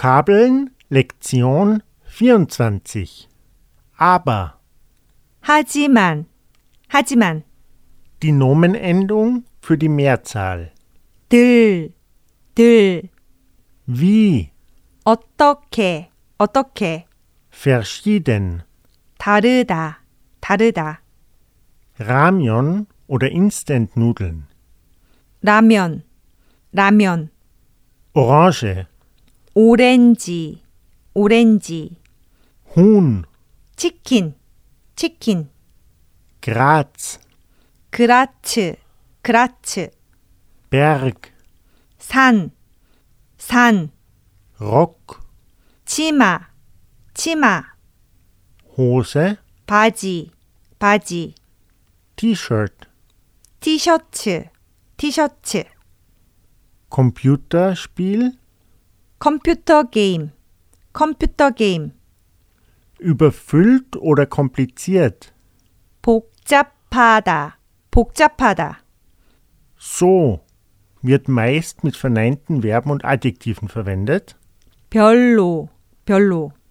Vokabeln Lektion 24 Aber 하지만, 하지만, die Nomenendung für die Mehrzahl 들, 들, wie 어떻게, 어떻게, verschieden 다르다, 다르다, Ramyon oder Instantnudeln 라면, 라면, Orange 오렌지, 오렌지, Huhn 치킨, 치킨, Graz 그라츠, 그라츠, Berg 산, 산, Rock 치마, 치마, Hose 바지, 바지, T-Shirt 티셔츠, 티셔츠, Computerspiel 컴퓨터 게임, 컴퓨터 게임, überfüllt oder kompliziert 복잡하다, 복잡하다. So wird meist mit verneinten Verben und Adjektiven verwendet. 별로, 별로.